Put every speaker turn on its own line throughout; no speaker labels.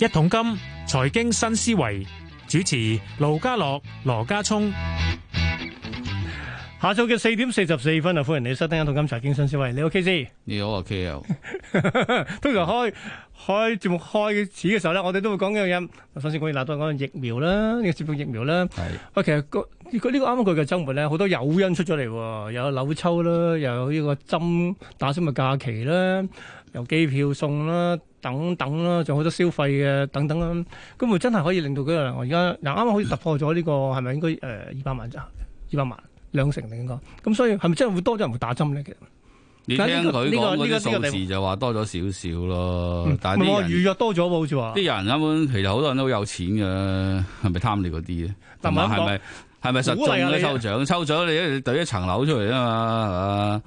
一桶金財經新思維主持盧家樂、羅家聰。
下晝嘅四點四十四分啊，歡迎你收聽《一桶金財經新思維》，你 OK 先？
你好啊，K L，
通常開開節目開始嘅時候咧，我哋都會講幾樣嘢。首先講要嗱，都講疫苗啦，要接種疫苗啦。
係
喂，其實個呢個啱啱佢嘅週末咧，好多誘因出咗嚟喎，又有扭抽啦，又有呢個針打針嘅假期啦，又機票送啦，等等啦，仲有好多消費嘅等等啦。咁咪真係可以令到佢啊！我而家嗱啱啱可以突破咗呢、個係咪應該誒二百萬咋？二百萬兩成定應該咁，所以係咪真係會多咗人會打針咧？其實
你聽
但係呢
佢
個
講
呢個呢
嗰
個
啲
呢個
數字就話多咗少少咯
嗯，
哦
唔
但係
係
啲
我
人
預約多咗喎，好似話。
啲人根本其實好多人都有錢嘅，係咪貪你嗰啲嘅？
但
同
唔係咁講
埋係咪係咪實
鼓勵
中
啊
咧
你
抽獎？抽獎你一懟一層樓出嚟啊嘛，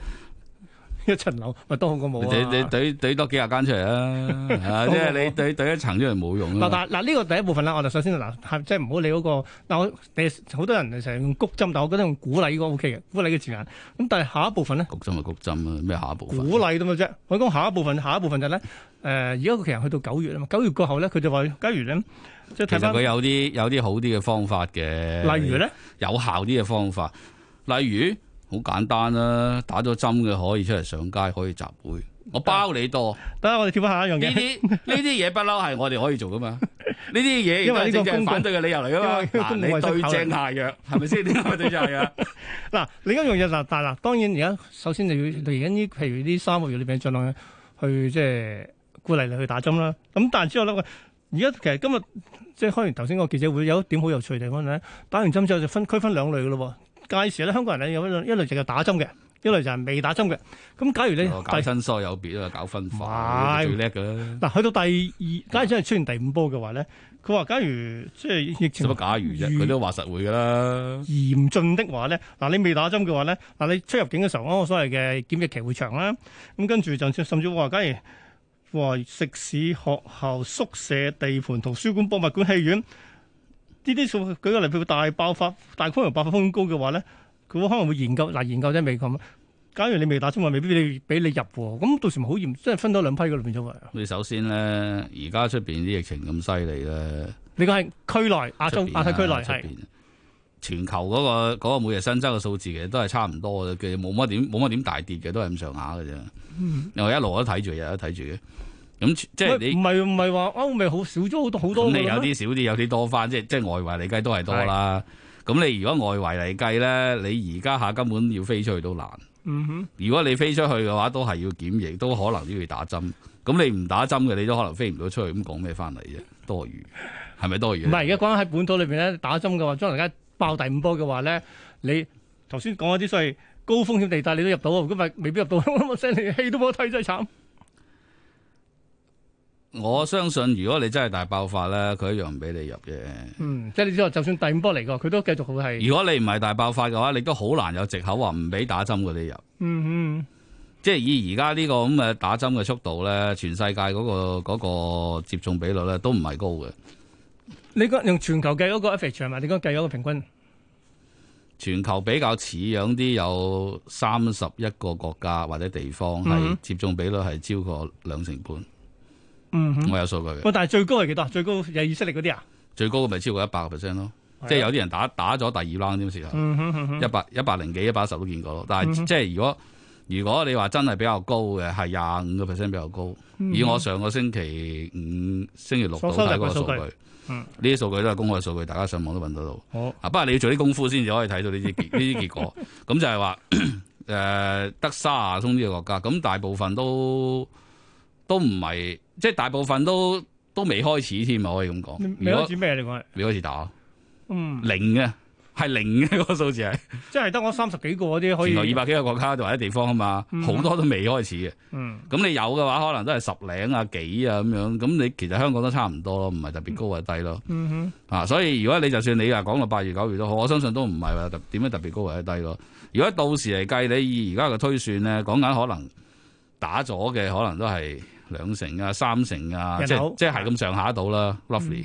一層樓咪多好過
係
冇
嘛？你你
啊！
懟懟多幾廿間出嚟 啊！啊即係你懟懟一層出嚟冇用
嗱，
啊！
但嗱呢個第一部分啦，我哋首先嗱，係即係唔好理嗰個嗱，我你好多人成日用谷針，但我覺得用鼓勵嗰個 O K 嘅，鼓勵嘅字眼。咁但係下一部分咧，
谷針咪谷針啊，咩下一部
鼓
分？
勵啫嘛啫。我講下一部分，下一部分就係咧，誒呃而家佢其實去到九月啊嘛，九月過後咧，佢就話，假如咧，即係
其呃
睇
實
翻
佢，有啲有啲好啲嘅方法嘅，
例如咧，
有效啲嘅方法，例如好簡單啦，打咗針嘅可以出嚟上街，可以集會，我包你多。
等下我哋跳翻下一樣
呢
嘢，
啲呢啲嘢不嬲係我哋可以做噶嘛？呢啲嘢
因
亦都
為呢個
係正
公
正
共
反對嘅理由嚟噶
因
嘛？
為
嗱，
公共衛
你
生
對
考慮
症下藥係 咪先？點解對症下藥？
嗱另一樣嘢嗱，但嗱當然而家首先就要嚟緊呢，譬如呢三個月裏邊盡量去即係鼓勵你去打針啦。咁但係之後咧，喂而家其實今日即係開完頭先個記者會，有一點好有趣嘅地方咧，打完針之後就分區分兩類嘅咯喎。屆時咧，香港人咧有一類一類就係打針嘅，一類就係未打針嘅。咁假如你
我哦搞
第
親疏有別啊，搞分
唔
化
係
最叻噶啦。
嗱去到第二，假如真係出現第五波嘅話咧，佢話假如即係疫
使
情
乜假如啫？
如
佢都話實會噶啦。
嚴峻的話咧，嗱你未打針嘅話咧，嗱你出入境嘅時候，嗰個所謂嘅檢疫期會長啦，咁跟住就甚至話，假如話食肆、學校、宿舍、地盤、圖書館、博物館、戲院呢啲數，舉個例，譬如大爆發、大規模爆發風險高嘅話咧，佢可能會研究嗱研究啫，未咁。假如你未打針，話未必你俾你入喎，咁到時咪好嚴，即係分咗兩批嘅裏邊咗喎。
你首先咧，而家出邊啲疫情咁犀利咧，
你講係區內亞洲
出邊
亞太區內
啊出
係
邊全球嗰個嗰個每日新增嘅數字其實都係差唔多嘅，冇乜點冇乜點大跌嘅，都係咁上下嘅啫。我一路都睇住，日日都睇住嘅。咁即係你
嗯喂唔係唔係話歐美好少咗好多好多
咁
㗎
你有
啦咩
啲少啲，有啲多翻，即係即係外圍嚟計都係多啦。咁你如果外圍嚟計咧，你而家下根本要飛出去都難。
嗯哼。
如果你飛出去嘅話，都係要檢疫，都可能都要打針。咁你唔打針嘅，你都可能飛唔到出去。咁講咩翻嚟啫？多餘係咪多餘啊
唔
呢？
係，而家講緊喺本土裏邊咧打針嘅話，將來而家爆第五波嘅話咧，你頭先講嗰啲所謂高風險地帶，你都入到啊，如果咪未必入到， 咁犀利，戲都冇得睇，真係慘。
我相信如果你真係大爆發咧，佢一樣唔俾你入嘅。
嗯，即係你知道，就算第五波嚟過，佢都繼續會係，
如果你唔係大爆發嘅話，你都好難有藉口話唔俾打針嘅你入。
嗯嗯，
即係以而家呢個咁嘅打針嘅速度咧，全世界嗰、個嗰、個接種比率咧都唔係高嘅。
你講用全球計嗰個 average 係咪？你講計嗰個平均，
全球比較似樣啲，有三十一個國家或者地方
嗯
係接種比率係超過兩成半，
嗯哼，
我有數據嘅。
喂，但係最高係幾多？最高有以色列嗰啲啊？
最高嘅咪超過一百個 percent 咯，即係有啲人打打咗第二 round 添時候，
啊嗯哼嗯哼嗯
一百一百零幾、一百十都見過咯。但係即係如果如果你話真係比較高嘅，係廿五個 percent 比較高。以我上個星期五、星期六度
嗯所收集
睇嗰
嘅
個
數
數
據
據，
嗯
呢啲數據都係公開數據，大家上網都揾得到。
好，
啊，不過你要做啲功夫先至可以睇到呢啲結 呢啲結果。咁就係話誒，得卅宗呢個國家，咁大部分都都唔係，即係大部分都都未開始添啊，可以咁
你
講。
你
如
開
果
始咩？你講係，啊
未開始打，
嗯，
啊零嘅係零嘅嗰個數字係，
即係得我三十幾個嗰啲可
全球二
以，
百幾個國家或者地方啊嘛，
嗯
好多都未開始嘅。
嗯，
咁你有嘅話，可能都係十零啊幾啊咁樣。咁你其實香港都差唔多咯，唔係特別高或者低咯。
嗯哼。
啊，所以如果你就算你話講到八月九月都好，我相信都唔係話特點樣特別高或者低咯。如果到時嚟計，你以而家嘅推算咧，講緊可能打咗嘅可能都係兩成啊、三成啊，
人
即
口
係即係係咁上下到啦，roughly。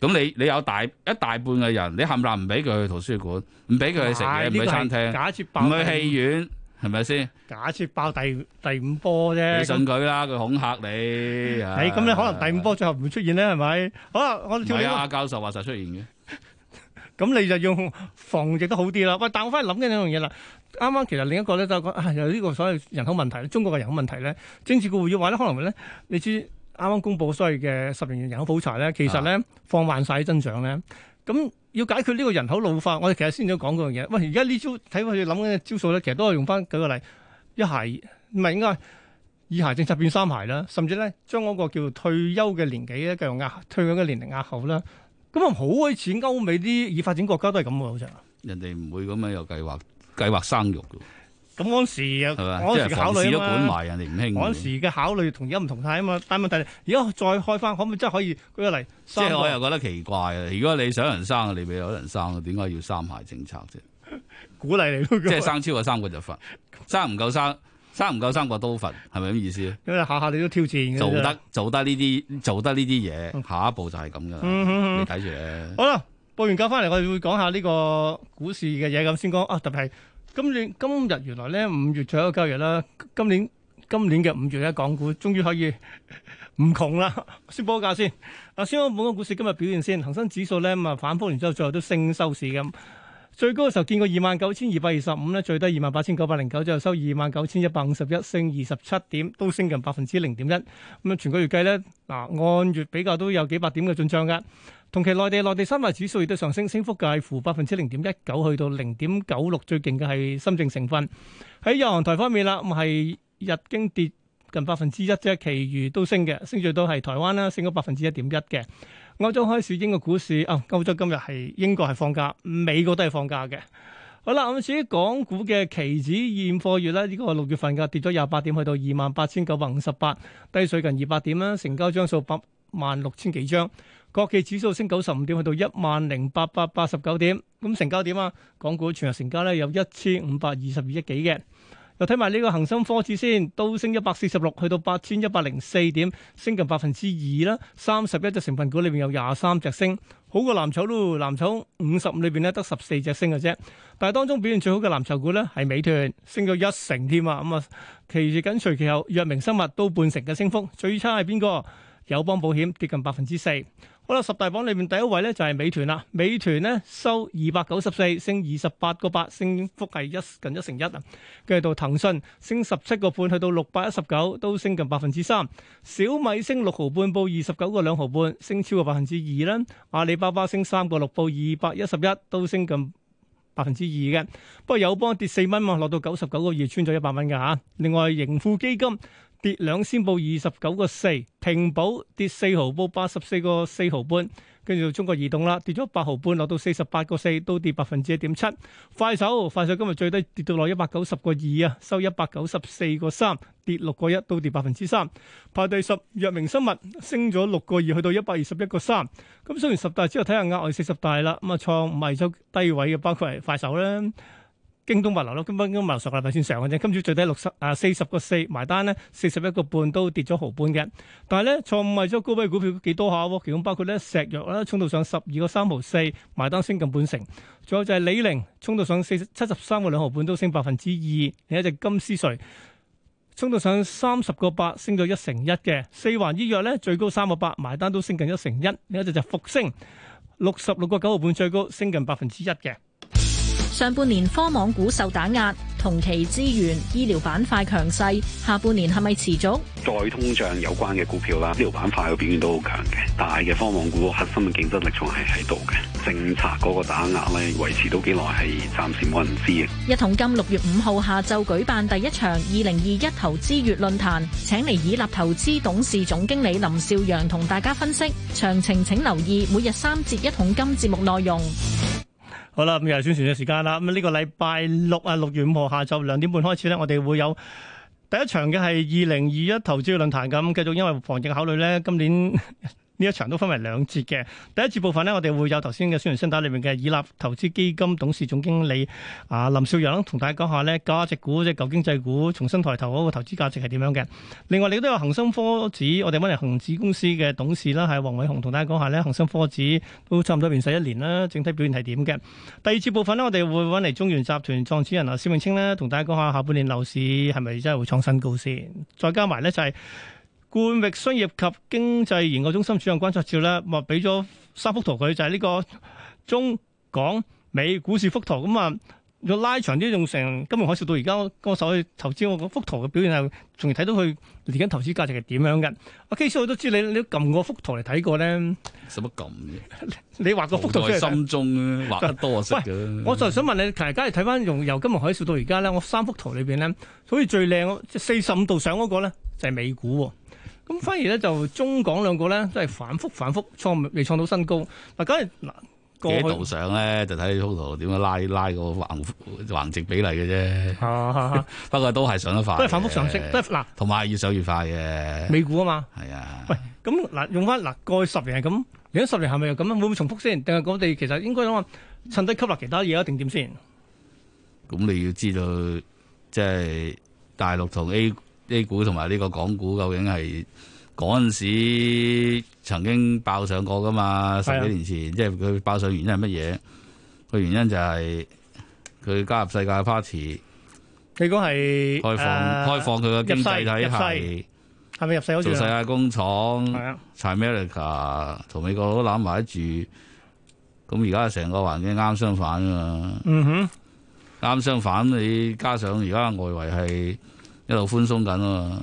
咁
嗯
你你有大一大半嘅人，你冚唪唥唔俾佢去圖書館，唔俾佢去食嘢，
唉
唔
呢
去
個係
餐廳，
假設
唔去戲院，係咪先？
假設爆第第五波
你
啫。
信佢啦，佢恐嚇你。唉
誒嗯咁你可能第五波最後唔會出現咧，係咪？好啦，我
唔
哋跳
係
呢
啊，
個，
阿教授話實出現嘅。
咁你就用防疫都好啲啦。喂，但我翻去諗緊一樣嘢啦。啱啱其實另一個咧就係講啊，有呢個所謂人口問題，中國嘅人口問題咧，政治顧會要話咧，可能咧，你知啱啱公布所謂嘅十年人口普查咧，其實咧放慢晒啲增長咧，咁。要解決呢個人口老化，我哋其實先都講嗰樣嘢。喂，而家呢招睇佢哋諗緊嘅招數咧，其實都係用翻舉個例，一孩唔係應該二孩政策變三孩啦，甚至咧將嗰個叫退休嘅年紀咧繼續壓退休嘅年齡壓後啦。咁啊，好鬼似歐美啲已發展國家都係咁喎，好似。
人哋唔會咁樣有計劃計劃生育嘅，
咁嗰陣時 啊，
係咪？
嗰
即
陣時
係
嘅考
房市
慮
都
啊
管
嘛，
埋，人哋唔興
嗰
嘅。
陣時嘅考慮同而家唔同態啊嘛。但係問題，而家再開翻，可唔可以真係可以舉個例？
即
三
係我
個
又覺得奇怪啊！如果你想人生，你咪有人生，點解要三孩政策啫？
鼓勵你咯，
即係生超過三個 就罰，生唔夠三生唔夠三個都罰，係咪咁意思？
因為下下你都挑戰嘅啫
做得做得呢啲做得呢啲嘢，下一步就係咁噶啦。
嗯嗯嗯
你睇住啊咧，
好啦，報完價翻嚟，我哋會講下呢個股市嘅嘢咁先講啊，特別係今年今日原來咧五月最後一個交易日啦，今年今年嘅五月咧，港股終於可以 唔窮啦，先報個價先。啊，先講本港股市今日表現先，恒生指數咧咁啊反覆完之後，最後都升收市咁。最高嘅時候見過二萬九千二百二十五咧，最低二萬八千九百零九，最後收二萬九千一百五十一，升二十七點，都升近百分之零點一。咁啊，全個月計咧，嗱按月比較都有幾百點嘅進帳㗎。同期內地內地三大指數亦都上升，升幅介乎百分之零點一九去到零點九六，最勁嘅係深證成分。喺日韓台方面啦，咁係日經跌近百分之一啫，其餘都升嘅，升最多係台灣啦，升咗百分之一點一嘅。歐洲開市，英國股市啊，歐洲今日係英國係放假，美國都係放假嘅。好啦，咁至於港股嘅期指現貨月咧，呢、個六月份嘅跌咗廿八點，去到二萬八千九百五十八，低水近二百點啦，成交張數八萬六千幾張。國企指數升九十五點，去到一萬零八百八十九點。咁成交點啊？港股全日成交咧有一千五百二十二億幾嘅。又睇埋呢個恒生科指先，都升一百四十六，去到八千一百零四點，升近百分之二啦。三十一隻成分股裏邊有廿三隻升，好過藍籌咯。藍籌五十五裏邊咧得十四隻升嘅啫。但係當中表現最好嘅藍籌股咧係美團，升咗一成添啊。咁啊，其餘緊隨其後，藥明生物都半成嘅升幅。最差係邊個？友邦保險跌近百分之四。好啦，十大榜裏面第一位咧就係美團啦。美團咧收二百九十四，升二十八個八，升幅係一近一成一啊。跟住到騰訊升十七個半，去到六百一十九，都升近百分之三。小米升六毫半，報二十九個兩毫半，升超過百分之二啦。阿里巴巴升三個六，報二百一十一，都升近。百分之二嘅，不過友邦跌四蚊嘛，落到九十九個二，穿咗一百蚊㗎嚇。另外盈富基金跌兩仙報二十九個四，平保跌四毫報八十四個四毫半，跟住到中國移動啦，跌咗八毫半，落到四十八個四，都跌百分之一點七。快手，快手今日最低跌到落一百九十個二啊，收一百九十四個三，跌六個一，都跌百分之三。排第十，藥明生物升咗六個二，去到一百二十一個三。咁雖然十大之後睇下額外四十大啦，咁啊創五日周低位嘅，包括係快手啦。京東物流咯，京東物流上個禮拜先上嘅啫，今朝最低六十啊四十個四埋單咧，四十一個半都跌咗毫半嘅。但係咧，錯誤為咗高位股票幾多下喎？其中包括咧石藥啦，衝到上十二個三毫四，埋單升近半成。仲有就係李寧，衝到上四七十三個兩毫半，都升百分之二。另一隻金絲瑞。衝到上三十個八，升咗一成一嘅。四環醫藥咧最高三個八，埋單都升近一成一。另一隻就係復星，六十六個九毫半最高，升近百分之一嘅。
上半年科網股受打壓，同期資源、醫療板塊強勢，下半年係咪持續？
再通脹有關嘅股票啦，呢條板塊嘅表現都好強嘅，大嘅科網股核心嘅競爭力仲係喺度嘅，政策嗰個打壓咧維持到幾耐係暫時冇人知嘅。
一桶金六月五號下晝舉辦第一場二零二一投資月論壇，請嚟以立投資董事總經理林少陽同大家分析，詳情請留意每日三節一桶金節目內容。
好啦，咁又係宣傳嘅時間啦。咁呢個禮拜六啊，六月五號下晝兩點半開始咧，我哋會有第一場嘅係二零二一投資論壇咁。繼續因為防疫考慮咧，今年 呢一場都分為兩節嘅。第一節部分呢，我哋會有頭先嘅宣傳聲帶裏面嘅以立投資基金董事總經理啊林少陽同大家講下呢價值股即係舊經濟股重新抬頭嗰個投資價值係點樣嘅。另外，你都有恒生科指，我哋揾嚟恒指公司嘅董事啦，係黃偉雄同大家講下呢恒生科指都差唔多變晒一年啦，整體表現係點嘅。第二節部分呢，我哋會揾嚟中原集團創始人啊，施永青呢，同大家講下下半年樓市係咪真係會創新高先。再加埋呢，就係、冠域商業及經濟研究中心主任關卓照咧，咪俾咗三幅圖佢，就係、呢個中港美股市幅圖咁啊。要拉長啲，用成金融海嘯到而家，我手去投資，我個幅圖嘅表現係，仲要睇到佢嚟緊投資價值係點樣嘅。阿 K 我都知你你都撳過幅圖嚟睇過咧，
使乜咁嘅？
你畫 個幅圖出
在
嚟睇。
心中啊，畫得多 就識嘅。
我就想問你，其實假如睇翻用由金融海嘯到而家咧，我三幅圖裏邊咧，好似最靚即四十五度上嗰個咧就係、美股喎。咁反而咧就中港兩個咧都係反覆反覆創未創到新高。嗱，梗係嗱過
幾
去
度上咧，就睇幅圖點樣拉拉個橫橫直比例嘅啫。
啊啊 啊
不過都係上得快嘅，
都係反覆上升，都係嗱
同埋越上越快嘅。
美股啊嘛。
係啊，
喂，咁嗱，用翻嗱過去十年係咁，嚟緊十年係咪又咁啊？會唔會重複先？定係我哋其實應該諗下趁低吸納其他嘢啊？定點先？
咁你要知道，即係大陸同 A A 股同埋呢個港股究竟係嗰陣時曾經爆上過噶嘛？十
係啊
幾年前，即係佢爆上原因係乜嘢？個原因就係佢加入世界 party，
你講係
開放、
呃
開放佢個經
入世
濟體
入
系，
係咪入世好
做
似
世界工廠。
係啊？
柴 America 同美國佬攬埋一住，咁而家成個環境啱相反啊嘛，
嗯哼，
啱相反你加上而家外圍係一路寬鬆緊啊嘛，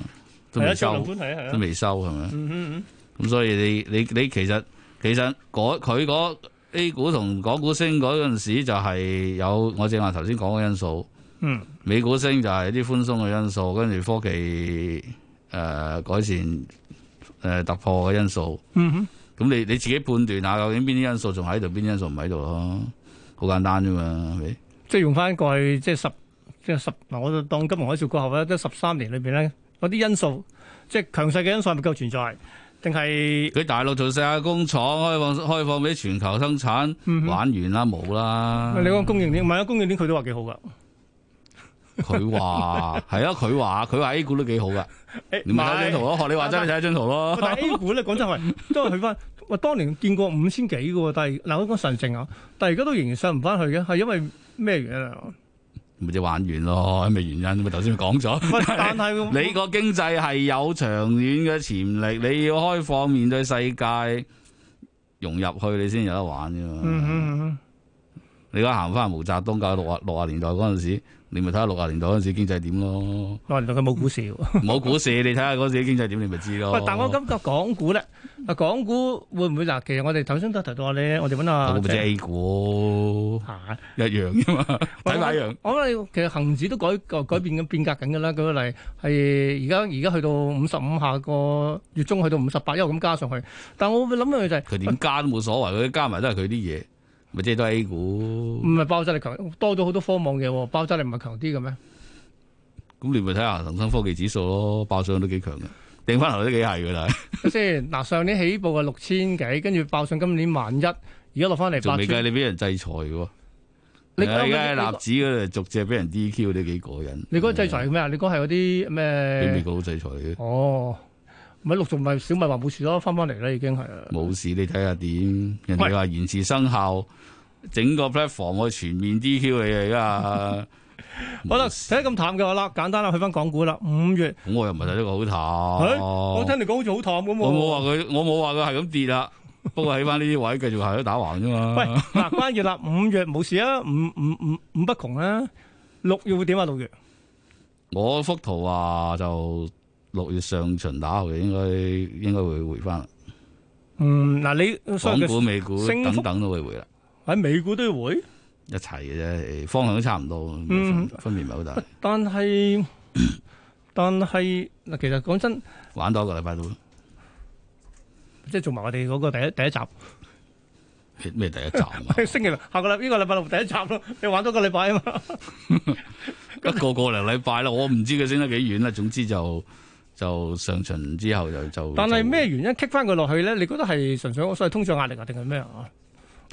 都
係啊，
未
做龍
收，
觀係啊，係
都
啊，
未收係咪？
嗯哼
咁所以你你你其實其實嗰佢嗰 A 股同港股升嗰陣時就係有我正話頭先講嘅因素，
嗯
美股升就係啲寬鬆嘅因素，跟住科技誒、呃改善誒、呃突破嘅因素。
嗯哼，
咁你你自己判斷下究竟邊啲因素仲喺度，邊啲因素唔喺度咯，好簡單啫嘛，係咪？
即係用翻過去即係十即係十嗱，我就當金融海嘯過後咧，即係十三年裏邊咧，嗰啲因素即係強勢嘅因素係咪夠存在？定係
佢大陸做世界工廠開放開放俾全球生產，
嗯哼
玩完啦冇啦。
你講供應鏈？唔係啊，供應鏈佢都話幾好噶。
佢話係啊，佢話佢話 A 股都幾好噶，
誒
你咪睇張圖咯，學你話齋
但
你睇張圖咯
喂。但係 A 股咧，講 真係都係去翻。喂，當年見過五千幾嘅喎，但係嗱，我講上證啊，但係而家都仍然上唔翻去嘅，係因為咩原因啊？
咪就玩完咯，係咪原因咪頭先講咗。
喂，但係
你個經濟係有長遠嘅潛力，你要開放面對世界，融入去你先有得玩啫嘛。
嗯嗯嗯
你而家行翻毛澤東教六啊六啊年代嗰陣時，你咪睇下六啊年代嗰陣時經濟 點咯。
嗯，原來佢冇股市喎。
冇股市，你睇下嗰陣時經濟點，你咪知咯。
喂，但我感覺港股咧，嗱，港股會唔會嗱？其實我哋頭先都提到咧，我哋揾
我
阿
咪知 A 股
嚇，
一樣啫嘛，睇啊法一樣。
我諗其實恒指都改改改變緊變革緊㗎啦。舉個例係而家而家去到五十五，下個月中去到五十八，一路咁加上去。但我會諗嘅就係、
佢點加都冇所謂，佢加埋都係佢啲嘢，咪即係都係 A 股
唔。係爆炸力強，多咗好多科網嘢喎，爆炸力唔係強啲嘅 咩？
咁你咪睇下恒生科技指數咯，爆上都幾強嘅，定翻頭都幾係 嘅，但係
即係嗱，上年起步係六千幾，跟住爆上今年萬一，而家落翻嚟
仲
八
未計
千。
你俾人制裁嘅喎。
你
你而家喺
你
納指嗰度逐隻俾人 DQ，你幾過癮？
你嗰個制裁係咩啊？你嗰係嗰啲
俾美
咩？
國佬制裁嘅，
哦，咪陸續咪小米話冇事咯，翻翻嚟啦已經係。
冇事，你睇下點？人哋話延遲生效，整個 platform 去全面 DQ 你啊嚟
好
噶。
啦，
冇事
睇得咁淡嘅話啦，簡單啦，去翻港股啦，五月。
咁我又唔係睇得個好
係
淡。
哎我聽你講好似好淡咁喎。
哦我冇話佢，我冇話佢係咁跌啦。不過喺翻呢啲位繼續係都打橫啫
喂
嘛。，
嗱，關月啦，五月冇事啊，五五五五不窮啊，六月會點啊？六月
我幅圖話就六月上旬打後應該應該會回翻啦。
嗯，嗱，你所
港
以
股、美股
升
等
幅
等都會回啦，
喺美股都要回。
一齊嘅啫，方向都差唔多，
嗯
分別唔係好大。
但 係但係嗱，其實講真，
玩多一個禮拜到啦。
即係做埋我哋嗰個第一第一集，
咩咩第一站 啊？
星期六下個禮呢個禮拜六第一集咯，你玩多個禮拜啊嘛。
一個個零禮拜啦，我唔知佢升得幾遠啦。總之就就上旬之後就就。
但係
就
咩原因棘翻佢落去咧？你覺得係純粹所謂通脹壓力啊，定係咩啊？啊，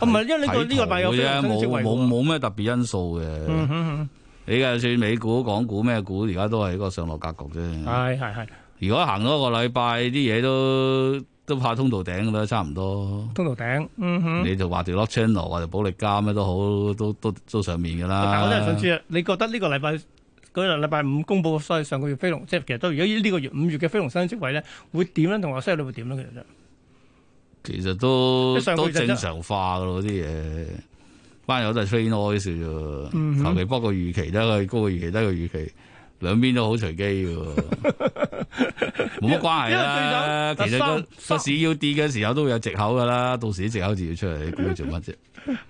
唔係，因為呢個
睇
呢個禮拜有
圖
非
嘅啫
常升職
冇
位
冇
喎。
冇咩特別因素嘅。
啊嗯哼
你嘅就算美股、港股咩股，而家都係一個上落格局
哼，
啫。
係係係，
如果行多個禮拜，啲嘢都都怕通道頂噶啦，差唔多。
通道頂。嗯哼，
你就話條 lock channel 或者保力加咩都好，都都都上面噶啦。
但我真係想知啊，你覺得呢個禮拜嗰個禮拜五公佈所謂上個月非農，即係其實都而家呢個月五月嘅非農新職位咧，會點咧？同埋失業率會點咧？其實
其實都
即上個
都
月就
正常化噶咯啲嘢，班友都係 train noise 啫
嗯哼
喎，求其不過預期得佢高過預期得佢預期，兩邊都好隨機嘅 喎，冇乜關係啦。
因
其
為最
實個
慘
個市要跌嘅時候都會有藉口噶啦，到時啲藉口自己出嚟，你估佢做乜啫？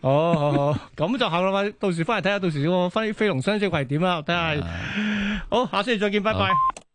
哦，好好， 好咁就下個禮啊嗯拜
啊
到時翻嚟睇下，到時個非非農新職位係點啦，睇下。好，下星期再見，拜拜。